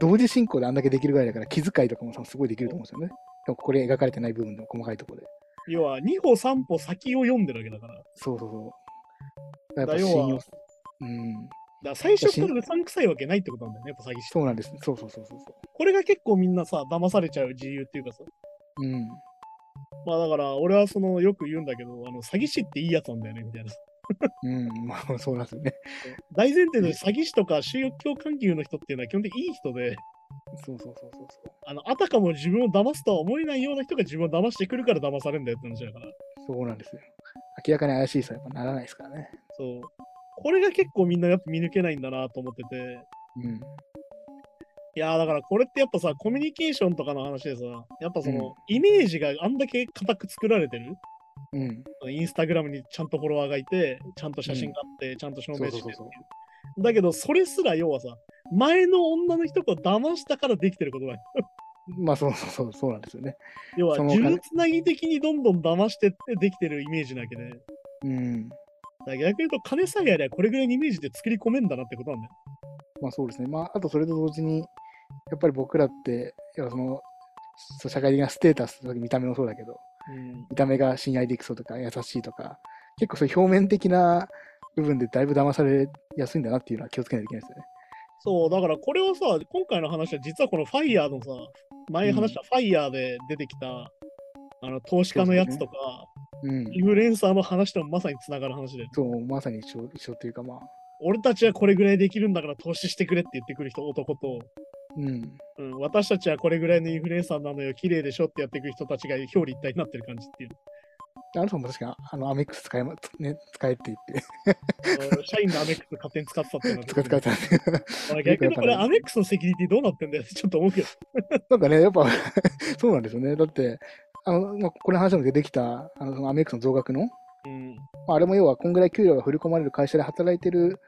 同時進行であんだけできるぐらいだから、気遣いとかも多分すごいできると思うんですよね。でもこれ描かれてない部分でも細かいところで。
要は、2歩3歩先を読んでるわけだから。だか
そうそうそう。やっぱ
だ要は
信用す。うん、
ら最初からうさんくさいわけないってことなんだよね、やっぱ詐欺師って。
そうなんです。そうそうそうそうそ
これが結構みんなさ、騙されちゃう自由っていうかさ。
う。うん。
まあだから、俺はその、よく言うんだけど、あの、詐欺師っていいやつなんだよね、みたいな。
うん、まあ、そうなんですよね。
大前提で詐欺師とか宗教関係の人っていうのは基本的にいい人で、
そうそうそうそうそう。
あの、あたかも自分を騙すとは思えないような人が自分を騙してくるから騙されるんだよって話だから。
そうなんですよ。明らかに怪しいさ、やっぱならないですからね。
そう。これが結構みんなやっぱ見抜けないんだなと思ってて。
うん。
いやーだからこれってやっぱさ、コミュニケーションとかの話でさ、やっぱその、
うん
イメージがあんだけ固く作られてる。
うん。
インスタグラムにちゃんとフォロワーがいて、ちゃんと写真があって、ちゃんと証明してっていう
そうそうそう
だけど、それすら要はさ、前の女の人を騙したからできてることだよ。
まあ、そうそうそう、そうなんですよね。
要は、
その他ね
呪つなぎ的にどんどん騙してってできてるイメージなわけで。
うん。
だから逆に言うと、金さえあればこれぐらいのイメージで作り込めんだなってことなんだよ。
まあそうですね。まああとそれと同時に、やっぱり僕らって、やっぱその、そう社会的なステータス、見た目もそうだけど、見た目が信愛できそうとか、優しいとか、結構そういう表面的な部分でだいぶ騙されやすいんだなっていうのは気をつけないといけないですよね。
そう、だからこれはさ、今回の話は実はこのファイヤーのさ、前話したファイヤーで出てきた、あの投資家のやつとか、
うん
イ。ンフルエンサーの話ともまさにつながる話で、
そう、まさに一緒一緒というかまあ、
俺たちはこれぐらいできるんだから投資してくれって言ってくる人、男と、
うん。
うん、私たちはこれぐらいのインフルエンサーなのよ、綺麗でしょってやってくる人たちが表裏一体になってる感じっていう。
あなたも確か、あの、アメックス使え,、まね、使えって言って、
あの社員のアメックス勝手に使ってたっていうのは
使って使ってたんで。
俺逆にこれアメックスのセキュリティどうなってんだよってちょっと思うけど。
なんかね、やっぱ、 そうなんですよね。だって、あの、まあ、これ話でも出てきた、あの、そのアメックスの増額の
うん。
まあ、あれも要はこんぐらい給料が振り込まれる会社で働いてる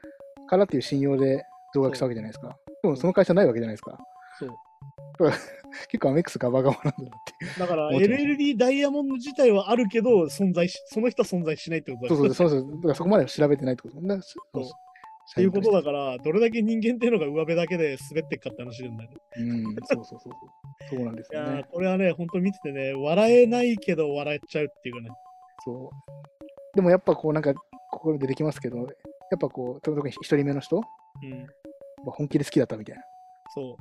からっていう信用で増額したわけじゃないですか。でもその会社ないわけじゃないですか。
そう。
結構アメックスガバガバなんだなっていう。
だから
思ってました
LLD ダイヤモンド自体はあるけど、存在し、その人は存在しないってことだ
そう
よ
そうそうそう。だからそこまで調べてないってことだもんね。そ
そう
そ
っていうことだから、どれだけ人間っていうのが上辺だけで滑ってっかって話なんだよね。
うん、そうそうそうそう。そうなんです
いや
よ
ー、
ね。
これはね、本当見ててね、笑えないけど笑っちゃうっていうかね。
そう。でもやっぱこうなんか、ここで出てきますけど、やっぱこう、特に一人目の人、
うん。
まあ本気で好きだったみたいな。
そう。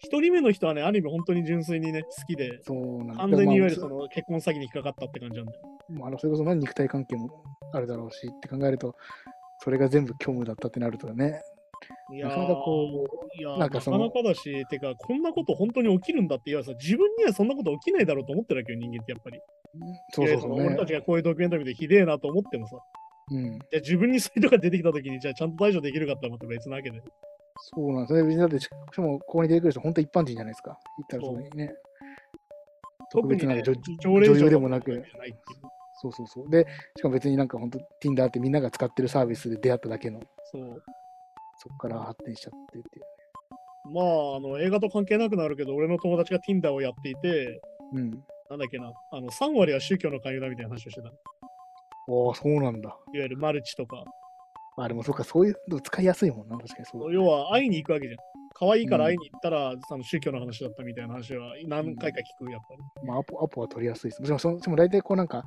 一人目の人はね、アニメ本当に純粋にね、好きで、
そうなんだ
完全にいわゆる
ま
そ
あ
の結婚詐欺に引っかかったって感じなんだよ。
まああのそれこそ何肉体関係もあるだろうしって考えると、それが全部虚無だったってなるとね、
いや
な
ー
かなかこ
いやー
な
なん
かそ
か
の
なかだし、てか、こんなこと本当に起きるんだって、いやさ、自分にはそんなこと起きないだろうと思ってるわけよ、人間ってやっぱり。
う、そうそうそう
いや
ね
俺た。ちがこういうドキュメンタリーでひでえなと思ってもさ、
う
じ
ん、
ゃあ自分にそういうのが出てきたときに、じゃあちゃんと対処できるかってまた別なわけで。
そうなんですね。別にだってししかもここに出てくる人、本当一般人じゃないですか。言ったらそうね。特別な
ね
女
常連
女
賞
優でもなく
じゃないっていう
そうそうそう。で、しかも別になんか本当 Tinder ってみんなが使ってるサービスで出会っただけの、
そう。
そこから発展しちゃってっていう。
まあ、あの映画と関係なくなるけど、俺の友達が Tinder をやっていて、
うん。
なんだっけな、あの3割は宗教の勧誘だみたいな話をしてた。いわ
おーそうなんだ。
ゆるマルチとか。
あ、でもそうか、そういうの使いやすいもんな、確かにそう。
要は会いに行くわけじゃん。可愛いから会いに行ったら、その宗教の話だったみたいな話は何回か聞く、やっぱり。
まあ、アポアポは取りやすいです。でも、そでも大体こうなんか、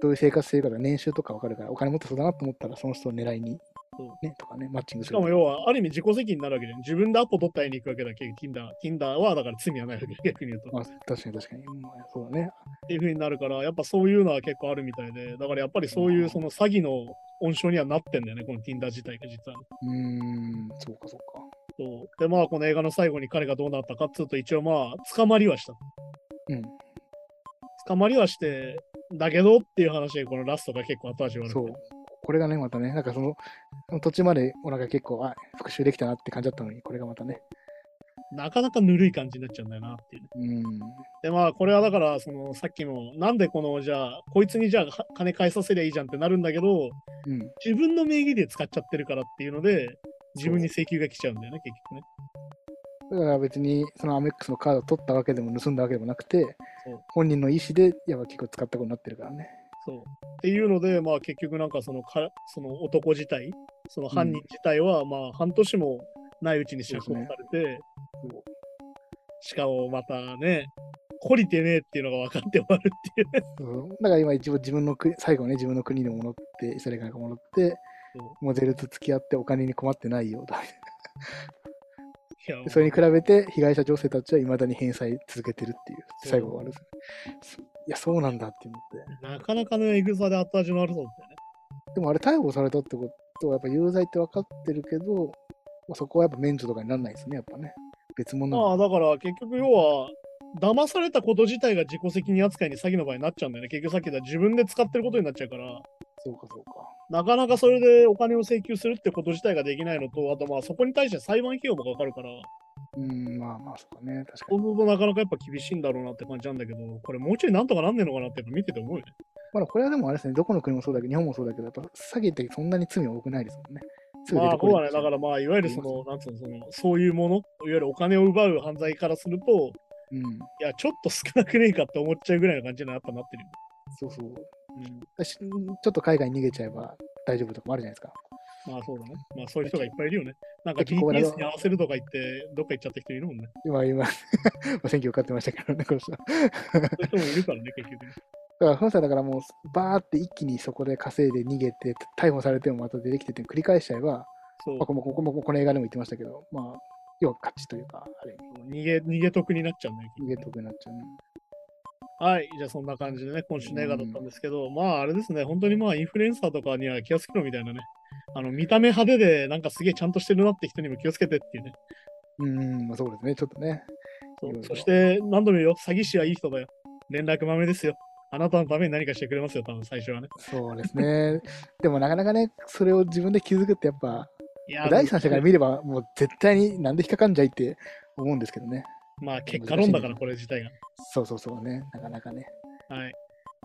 どういう生活してるかとか、年収とかわかるから、お金持ってそうだなと思ったら、その人を狙いに
そう、
ね、とかね、マッチング
し
す
か
る。
も要は、ある意味自己責任になるわけじゃん。自分でアポ取った会いに行くわけだけど、Tinder、Tinder はだから罪はないわけ、逆に言うと。
まあ、確かに確かに。まあ、そうだね。
っていう風になるから、やっぱそういうのは結構あるみたいで、だからやっぱりそういうその詐欺の温床にはなってんだよね、この Tinder 自体が実は。
うーん、そうか、そうか。
そうで、まあこの映画の最後に彼がどうなったかっつうと、一応まあ捕まりはした。
うん。
捕まりはして、だけどっていう話で、このラストが結構後味悪い。
そう。これがね、またね、なんかその、途中まで、お腹結構、あ、復習できたなって感じだったのに、これがまたね。
なかなかぬるい感じになっちゃうんだよなっていうね。
うん。
で、まあこれはだから、そのさっきも、なんでこの、じゃあ、こいつにじゃあは金返させりゃいいじゃんってなるんだけど、
うん。
自分の名義で使っちゃってるからっていうので、自分に請求が来ちゃうんだよね、結局ね。
だから別に、そのアメックスのカードを取ったわけでも盗んだわけでもなくて
そう、
本人の意思で、やっぱ結構使ったことになってるからね。
そう。っていうので、まあ結局なんかそのか、その男自体、その犯人自体は、まあ半年もないうちに釈放されて、
そう
しかもまたね、懲りてねえっていうのが分かって終わるって いうね。
うんだから今一応自分の国、最後ね、自分の国に戻って、イスラエルから戻って、
そ
モデルと付き合ってお金に困ってないよ、だ
いやもう
それに比べて、被害者女性たちはいまだに返済続けてるっていう、
そう
最後はあるんですね。いや、そうなんだって思って。
なかなかのエグさで後味の悪そうだよね。
でもあれ、逮捕されたってことは、やっぱ有罪って分かってるけど、まあそこはやっぱ免除とかにならないですね、やっぱね。別物
ま
な
あ
んだ
だから結局要は、騙されたこと自体が自己責任扱いに詐欺の場合になっちゃうんだよね。結局さっき言った自分で使ってることになっちゃうから、
そうか、そうか。
なかなかそれでお金を請求するってこと自体ができないのと、あとまあそこに対して裁判費用もかかるから、
うん、まあまあ、そうかね。確か
そう
に。
するとなかなかやっぱ厳しいんだろうなって感じなんだけど、これもうちょいなんとかなんねえのかなってやっぱ見てて思うよね。
まあ、これはでもあれですね、どこの国もそうだけど、日本もそうだけど、やっぱ詐欺ってそんなに罪は多くないですもんね。すぐ出
まあ
て
そ
こ
うだ
れる
ね、
し
だからまあいわゆるその、なんつうの、その、そういうもの、いわゆるお金を奪う犯罪からすると、
う
い
ん。
や、ちょっと少なくねえかって思っちゃうぐらいの感じにはやっぱなってるよ。
そうそう。
うん
しちょっと海外に逃げちゃえば大丈夫とかもあるじゃないですか。
まあそうだね。まあそういう人がいっぱいいるよね。なんか
だってここら
BTS に合わせるとか言って、どっか行っちゃった人いるも んね。
今、 今、まあ選挙受かってましたけどね、この人。 だか
そういう人もいるからね、結局ね。
ら、ふんさんだからもう、バーって一気にそこで稼いで逃げて、逮捕されてもまた出てきてって繰り返しちゃえば、
そう
まあ、ここもここもこの映画でも言ってましたけど、まあ、要は勝ちというか、あれ、
逃げ、逃げ得になっちゃうんだよ、結
逃
局
げ得になっちゃうね。
はい、じゃあそんな感じでね、今週の映画だったんですけど、まああれですね、本当にまあインフルエンサーとかには気をつけろみたいなね、あの見た目派手でなんかすげえちゃんとしてるなって人にも気をつけてっていうね。
うん、まあ、そうですね、ちょっとね。
そう
いろいろ
そして何度も言うよ、詐欺師はいい人だよ。連絡まめですよ。あなたのために何かしてくれますよ、多分最初はね。
そうで すね。でも、なかなかね、それを自分で気づくって、やっぱ、
いやー
第三者から見れば、もう絶対になんで引っかかんじゃいって思うんですけどね。
まあ結果論だから、これ自体が。
そうそうそうね、なかなかね。
はい。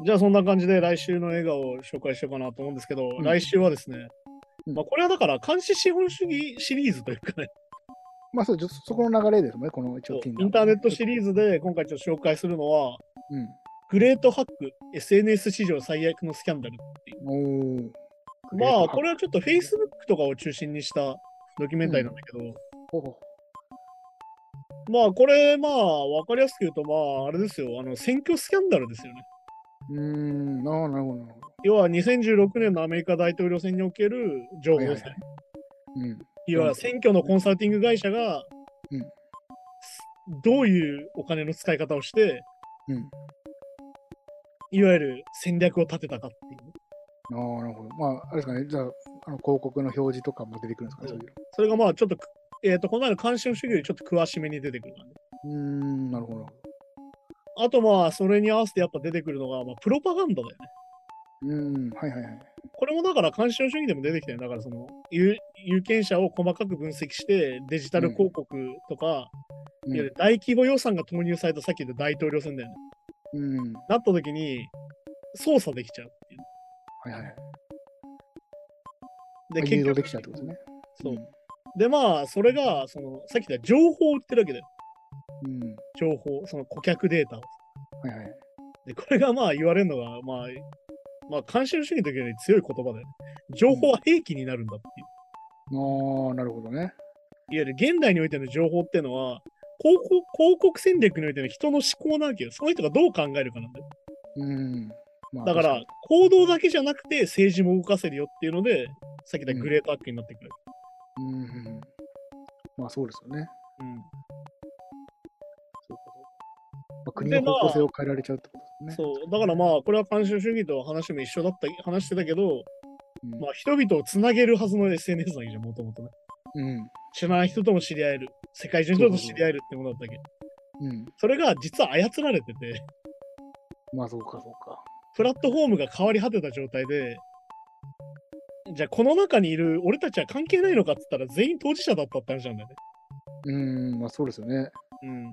じゃあそんな感じで来週の映画を紹介しようかなと思うんですけど、
うん
来週はですね、
うん
まあこれはだから監視資本主義シリーズというかね、
まあそう、ちょそこの流れですもんね、この一
そ
応
う
Tinder
インターネットシリーズで今回ちょっと紹介するのは、
う
グレートハック SNS 史上最悪のスキャンダル。
ん。おー
まあこれはちょっと
フェイ
Facebook
ス
とかを中心にしたドキュメンタリーなんだけど、
ほうほ
まあこれまあ分かりやすく言うとまああれですよ、あの選挙スキャンダルですよね。
う。うーん、なるほど、なるほど。
要は2016年のアメリカ大統領選における情報戦。
はいはいはいうん。
要は選挙のコンサルティング会社が、
うん
どういうお金の使い方をして、
うん。
いわゆる戦略を立てたかっていう。
ああ、なるほど。まあ、あれですかね、じゃあ、あの広告の表示とかも出てくるんですかね、そういうの。
それがまあちょっとく、えっ、と、この前の関心主義よりちょっと詳しめに出てくる感じ。
うーん、なるほど。
あとまあ、それに合わせてやっぱ出てくるのが、まあ、プロパガンダだよね。
うーん、はいはいはい。
これもだから、関心主義でも出てきたよ。だから、その有、有権者を細かく分析して、デジタル広告とか、
うん
いわゆる大規模予算が投入されたさっき言った大統領選だよね。
うん、は
なった時に、操作できちゃうっていう。
いはいはい。
で、
誘
結
導
局、
できちゃうってことですね。
そう。で、まあ、それが、その、さっき言った情報を売ってるわけだよ。
うん。うん。
情報、その顧客データを。
はいはい。
で、これがまあ言われるのが、まあ、まあ、慣習主義の時より強い言葉で、情報は兵器になるんだっていう。
ああ、なるほどね。
いわゆる現代においての情報ってのは、広告広告戦略においての人の思考なわけよ。その人がどう考えるかなんだよ。
うん。まあ
だから、、行動だけじゃなくて政治も動かせるよっていうので、さっき言ったグレートアックになってくる。
うんうんうん。まあそうですよね。
うん。
そういうこと。まあ、国の方向性を変えられちゃうってことですね。
そう。だからまあ、これは慣習主義と話も一緒だった、話してたけど、
うん
まあ、人々をつなげるはずの SNS なわけじゃん、もともとね。
うん。
知らない人とも知り合える。世界中の人と知り合えるってものだったけど
うん。
それが実は操られてて、
まあそうかそうか。
プラットフォームが変わり果てた状態で、じゃあこの中にいる俺たちは関係ないのかっつったら全員当事者だったって話なんだよね。
うん、まあそうですよね。だか
うん。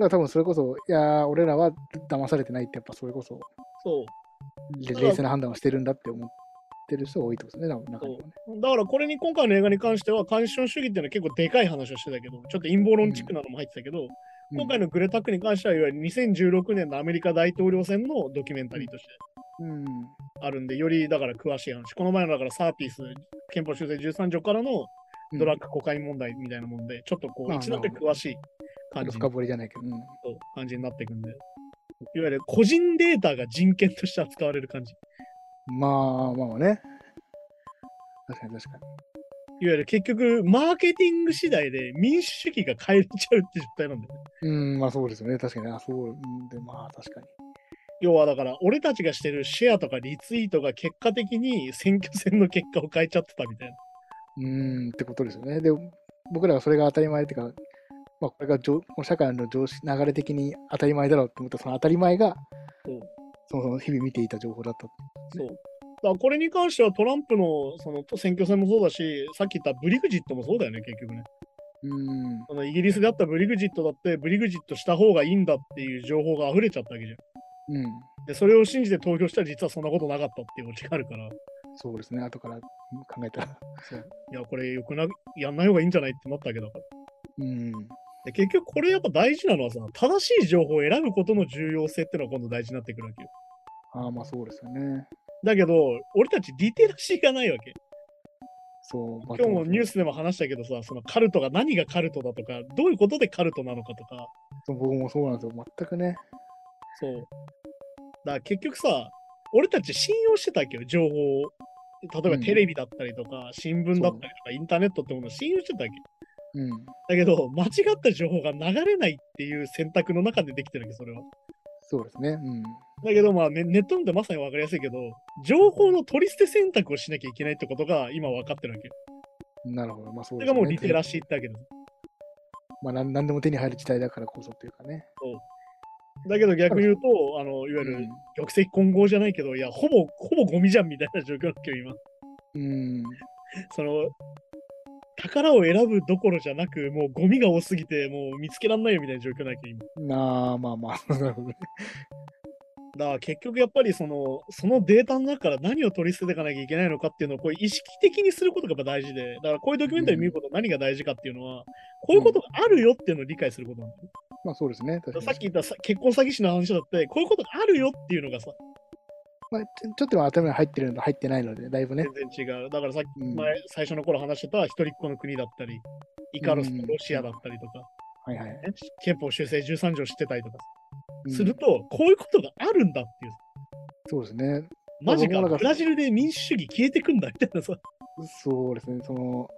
ら多分それこそ、いやー、俺らは騙されてないって、やっぱそれこそ、
そ
れ
ただ
冷静な判断をしてるんだって思ってる人が多いってことですね、多分中にはね。
う。だからこれに今回の映画に関しては、干渉主義っていうのは結構でかい話をしてたけど、ちょっと陰謀論チックなのも入ってたけど、今回
の、
のグレタックに関しては、いわゆる2016年のアメリカ大統領選のドキュメンタリーとして
うん、
あるんで、よりだから詳しい話。この前のだからサーピース、憲法修正13条からのドラッグコカイン問題みたいなもんで、ちょっとこう、
ああ
一段と
なるほど
詳しい
うん
感じ
深掘りじゃないけど、うん、
そう感じになっていくんで、いわゆる個人データが人権として扱われる感じ、い
まあまあね。確かに確か
わゆる結局、マーケティング次第で民主主義が変えれちゃうって状態なんだよね。
に。うん、まあそうですよね、確かに。あ、そう、うん、で、まあ確かに。
要はだから、俺たちがしてるシェアとかリツイートが結果的に選挙戦の結果を変えちゃってたみたいな。
うーんってことですよね。で、僕らがそれが当たり前っていうか、まあ、これが常社会の常識流れ的に当たり前だろうと思ったその当たり前が、
そう
そもそも日々見ていた情報だった。
そうだからこれに関してはトランプのその選挙戦もそうだし、さっき言ったブリグジットもそうだよね、結局ね。
うーん、
そのイギリスであったブリグジットだって、ブリグジットした方がいいんだっていう情報が溢れちゃったわけじゃん。
うん、
で、それを信じて投票したら実はそんなことなかったっていうオチがあるから、
そうですね、後から考えたら。
いや、これよくな、やんない方がいいんじゃないってなったわけだから。
うん、
で、結局これやっぱ大事なのはさ、正しい情報を選ぶことの重要性っていうのが今度大事になってくるわけよ。
ああ、まあそうですよね。
だけど、俺たちリテラシーがないわけ。
そう、
今日もニュー
ス。
スでも話したけどさ、そのカルトが何がカルトだとか、どういうことでカルトなのかとか、
そう僕もそうなんですよ、全くね。
そう。だから結局さ、俺たち信用してたわけよ、情報を。例えば
うん
テレビだったりとか、新聞だったりとか、インターネットってものを信用してたわけ。
うん、
だけど、間違った情報が流れないっていう選択の中でできてるわけ、それは。
そうですね。うん、
だけど、まあ、ね、ネットなんてまさに分かりやすいけど、情報の取り捨て選択をしなきゃいけないってことが今分かってるわけよ。
なるほど、まあそ
そ
うで
れが
すね。
もうリテラ
シ
シーってわけです。
ー。まあなんなんでも手に入る時代だからこそというかね。
だけど逆に言うと、あの、いわゆる玉石混合じゃないけど、いや、ほぼ、ほぼゴミじゃんみたいな状況だけど、今。
うん、うん、
その、宝を選ぶどころじゃなく、もうゴミが多すぎて、もう見つけられないよみたいな状況だけど、今。
なあ、まあまあ、 なるほどね。
だから結局やっぱりその、そのデータの中から何を取り捨てていかなきゃいけないのかっていうのを、こう意識的にすることがやっぱ大事で、だからこういうドキュメンタリー見ること何が大事かっていうのは、こういうことがあるよっていうのを理解することなんだよね。
まあそうですね。確か
だから
に
さっき言ったさ結婚詐欺師の話だって、こういうことがあるよっていうのがさ、
まあ、ちょちょっと今頭に入ってるのと入ってないので、だいぶね
全。然違う。だからさっき
うん
前、最初の頃話してた一人っ子の国だったり、イカロスのロシアだったりとか、
はいはい。
ね憲法修正13条知ってたりとか
うん
すると、こういうことがあるんだっていう。
そうですね。
マジ
僕
か、
もなんか
ブラジルで民主主義消えてくんだみたいなさ。
そうですね。その、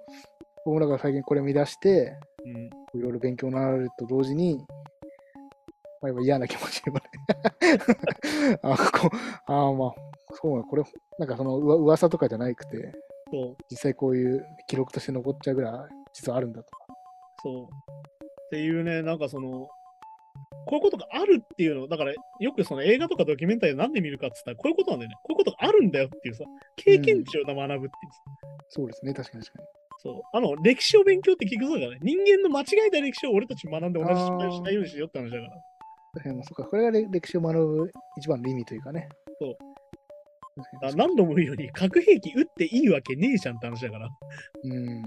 僕もだから最近これ見出して、
うん、
いろいろ勉強になられると同時に、まあ、やっぱ嫌な気持ちにもね。 あ、ここ、ああ、まあ、そうだ、これ、なんかそのうわ噂とかじゃなくて、
そう、
実際こういう記録として残っちゃうぐらい、実はあるんだとか。
そう。っていうね、なんかその、こういうことがあるっていうの、だからよくその映画とかドキュメンタリーでなんで見るかって言ったら、こういうことなんだよね。こういうことがあるんだよっていうさ、経験値を学ぶっていうさ、
そうですね、確かに確かに。
そう。あの、歴史を勉強って聞くそうだからね。人間の間違えた歴史を俺たち学んで同じ失敗をしないようにしようって話だから。
確かに、まあ、そっか、これがれ歴史を学ぶ一番の意味というかね。
そう
確か
あ
に。
何度も言うように、核兵器撃っていいわけねえじゃんって話だから。
うん。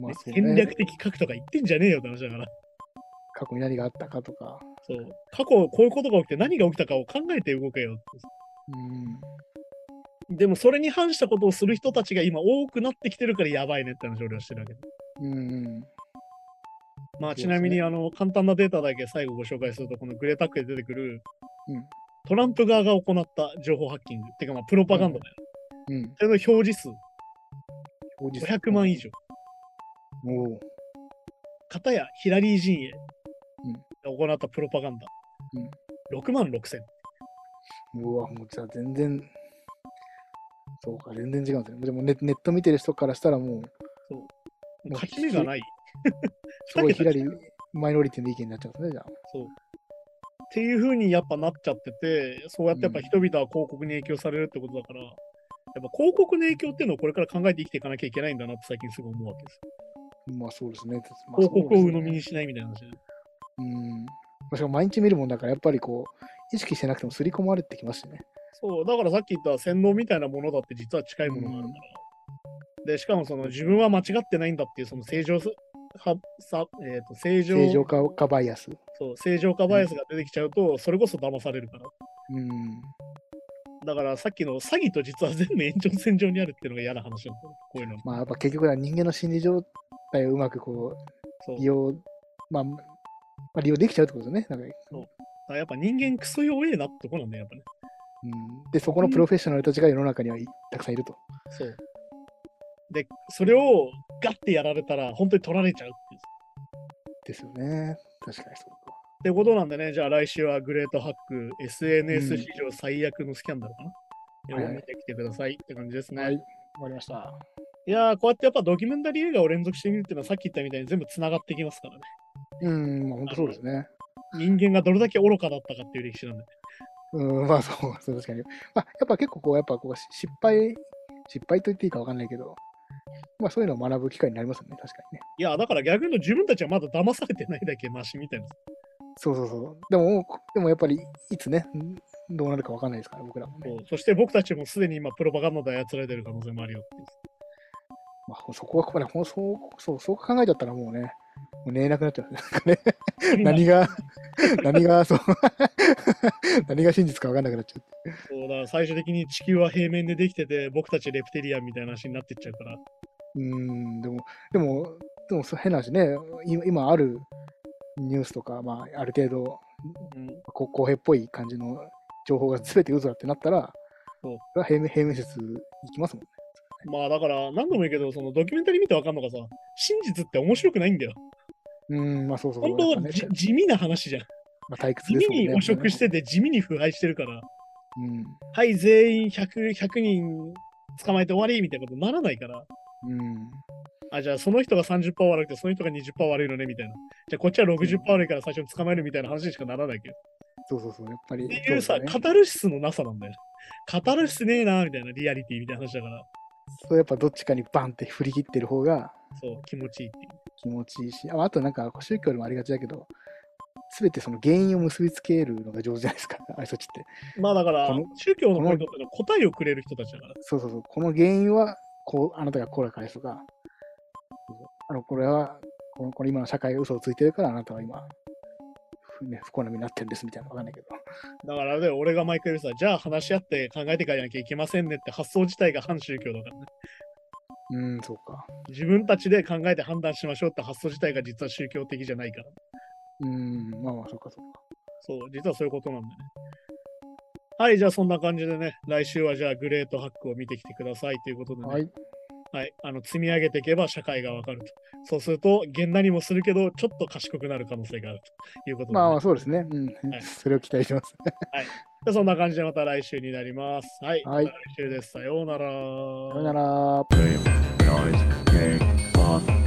まあ、そう
戦略
ね。
的核とか言ってんじゃねえよって話だから。
過去に何があったかとか。
そう。過去、こういうことが起きて何が起きたかを考えて動けよって。
うん。
でもそれに反したことをする人たちが今多くなってきてるからやばいねって話を俺はしてるわけで。
うん。
まあ
そうで
ち
すね
なみにあの簡単なデータだけ最後ご紹介すると、このグレタックで出てくる
うん。
トランプ側が行った情報ハッキング、ってかまあプロパガンダだよ。
うん。
それの表示数
当日
500万以上。
おお。
片やヒラリー陣営
うん
が行ったプロパガンダ。6万6千。
うわ、もうじゃあ全然、そうか、全然違うんですね。でもネネット見てる人からしたらもう、
もう勝ち目がない。
すごい
二桁
左、マイノリティの意見になっちゃうんですね、じゃあ。
そう。っていう風にやっぱなっちゃってて、そうやってやっぱ人々は広告に影響されるってことだから、やっぱ広告の影響っていうのをこれから考えて生きていかなきゃいけないんだなって最近すごい思うわけです。
まあそうですね。まあ、
広告を鵜呑み
に。
にしないみたいな話で。
うん。まあしかも毎日見るもんだから、やっぱりこう、意識してなくても刷り込まれてきますしね。
そう、だからさっき言った洗脳みたいなものだって実は近いものがあるから。で、しかもその自分は間違ってないんだっていうその正常すはさ、えー、と正常
正常化化バイアス。
そう正常化バイアスが出てきちゃうと、それこそ騙されるから。
うん。
だからさっきの詐欺と実は全部延長線上にあるっていうのが嫌な話なんだよねこういうのも。
まあやっぱ結局は人間の心理状態をうまくこ
そう
う、利用、まあ、まあ、利用できちゃうってことですね。なんか
だからやっぱ人間クソ弱えなってとこなんだよ、やっぱね。
うん、で、そこのプロフェッショナルたちが世の中にはいたくさんいると。
そう。で、それをガッてやられたら、本当に取られちゃうっていう。
ですよね。確かにそうか。
ってことなんでね、じゃあ来週はグレートハック、
う
SNS
ん
史上最悪のスキャンダルかな。
はい
読
はい
んできてくださいって感じですね。、
はいい、わかりました。
やー、こうやってやっぱドキュメンタリー映画を連続してみるっていうのは、さっき言ったみたいに全部つながってきますからね。
うん、まあ、本当そうですね。
人間がどれだけ愚かだったかっていう歴史なんで。
うん、まあそう、そう確かに。まあ、やっぱ結構こう、やっぱこう、し失敗、失敗と言っていいかわかんないけど、まあそういうのを学ぶ機会になりますよね、確かにね。
いやー、だから逆に言うと自分たちはまだ騙されてないだけマシみたいな。
そうそうそう。でも、こでもやっぱり、いつね、んどうなるかわかんないですから、僕らもね。
そうそして僕たちもすでに今プロパガンダで操られてる可能性もあるよっていう。
まあ、そこは、これ、ほんそう、そう、そう考えちゃったらもうね、もう寝れなくなっちゃう。なんかね、何が、 何が、そう、 何が真実かわかんなくなっちゃう。
そうだから最終的に地球は平面でできてて僕たちレプテリアンみたいな話になってっちゃうから
うーん、でも、でも、でもそう変な話ね、今今あるニュースとか、まあ、ある程度
うん
こ公平っぽい感じの情報が全て嘘だってなったら、
そう
れは平面平面説いきますもんね。
まあだから何度も言うけどそのドキュメンタリー見てわかんのがさ真実って面白くないんだよ
うーん、まあそうそうそう。
本当
や
は
っぱね
じ地味な話じゃん
まあ、退屈
地
です
味
もんね。
に汚
やっぱね
職してて地味に腐敗してるから
うん。
はい全員 100, 100人捕まえて終わりみたいなことにならないから
うん。
あじゃあその人が30%悪くてその人が20%悪いのねみたいなじゃあこっちは60%悪いから最初に捕まえるみたいな話にしかならないけど
そうそうそう。やっぱり。
っていう
そ
さ
うです
カ
ね
タルシスのなさなんだよカタルシスねえなみたいなリアリティみたいな話だから
そうやっぱどっちかにバンって振り切ってる方が
そう、気持ちいいっていう。
気持ちいいし、ああとなんか宗教でもありがちだけど、すべてその原因を結びつけるのが上手じゃないですか、あいつたちって。
まあだから
この、
宗教のポイントっていうのは答えをくれる人たちだから。
そうそうそう、この原因は、こう、あなたがこうだからですとか、あの、これは、このこの今の社会が嘘をついてるから、あなたは今、ふね、不幸な目になってるんですみたいなのわかんないけど。
だからあれだよ、俺が毎回言うさ、じゃあ話し合って考えていかなきゃいけませんねって発想自体が反宗教だからね。
うーん、そうか。
自分たちで考えて判断しましょうって発想自体が実は宗教的じゃないから。
うーん、まあまあ、そうか、そうか。
そう、実はそういうことなんだね。はい、じゃあそんな感じでね、来週はじゃあグレートハックを見てきてくださいということでね。
はい。
はい、あの積み上げていけば社会がわかると。そうすると、げんなりもするけど、ちょっと賢くなる可能性があるということで、ね
まあまあ、そうですね。うん。
はい
それを期待してます。
でそんな感じでまた来週になります。はい、
はい
また来週です。さようなら。
さよなら。
Game, night, game, fun.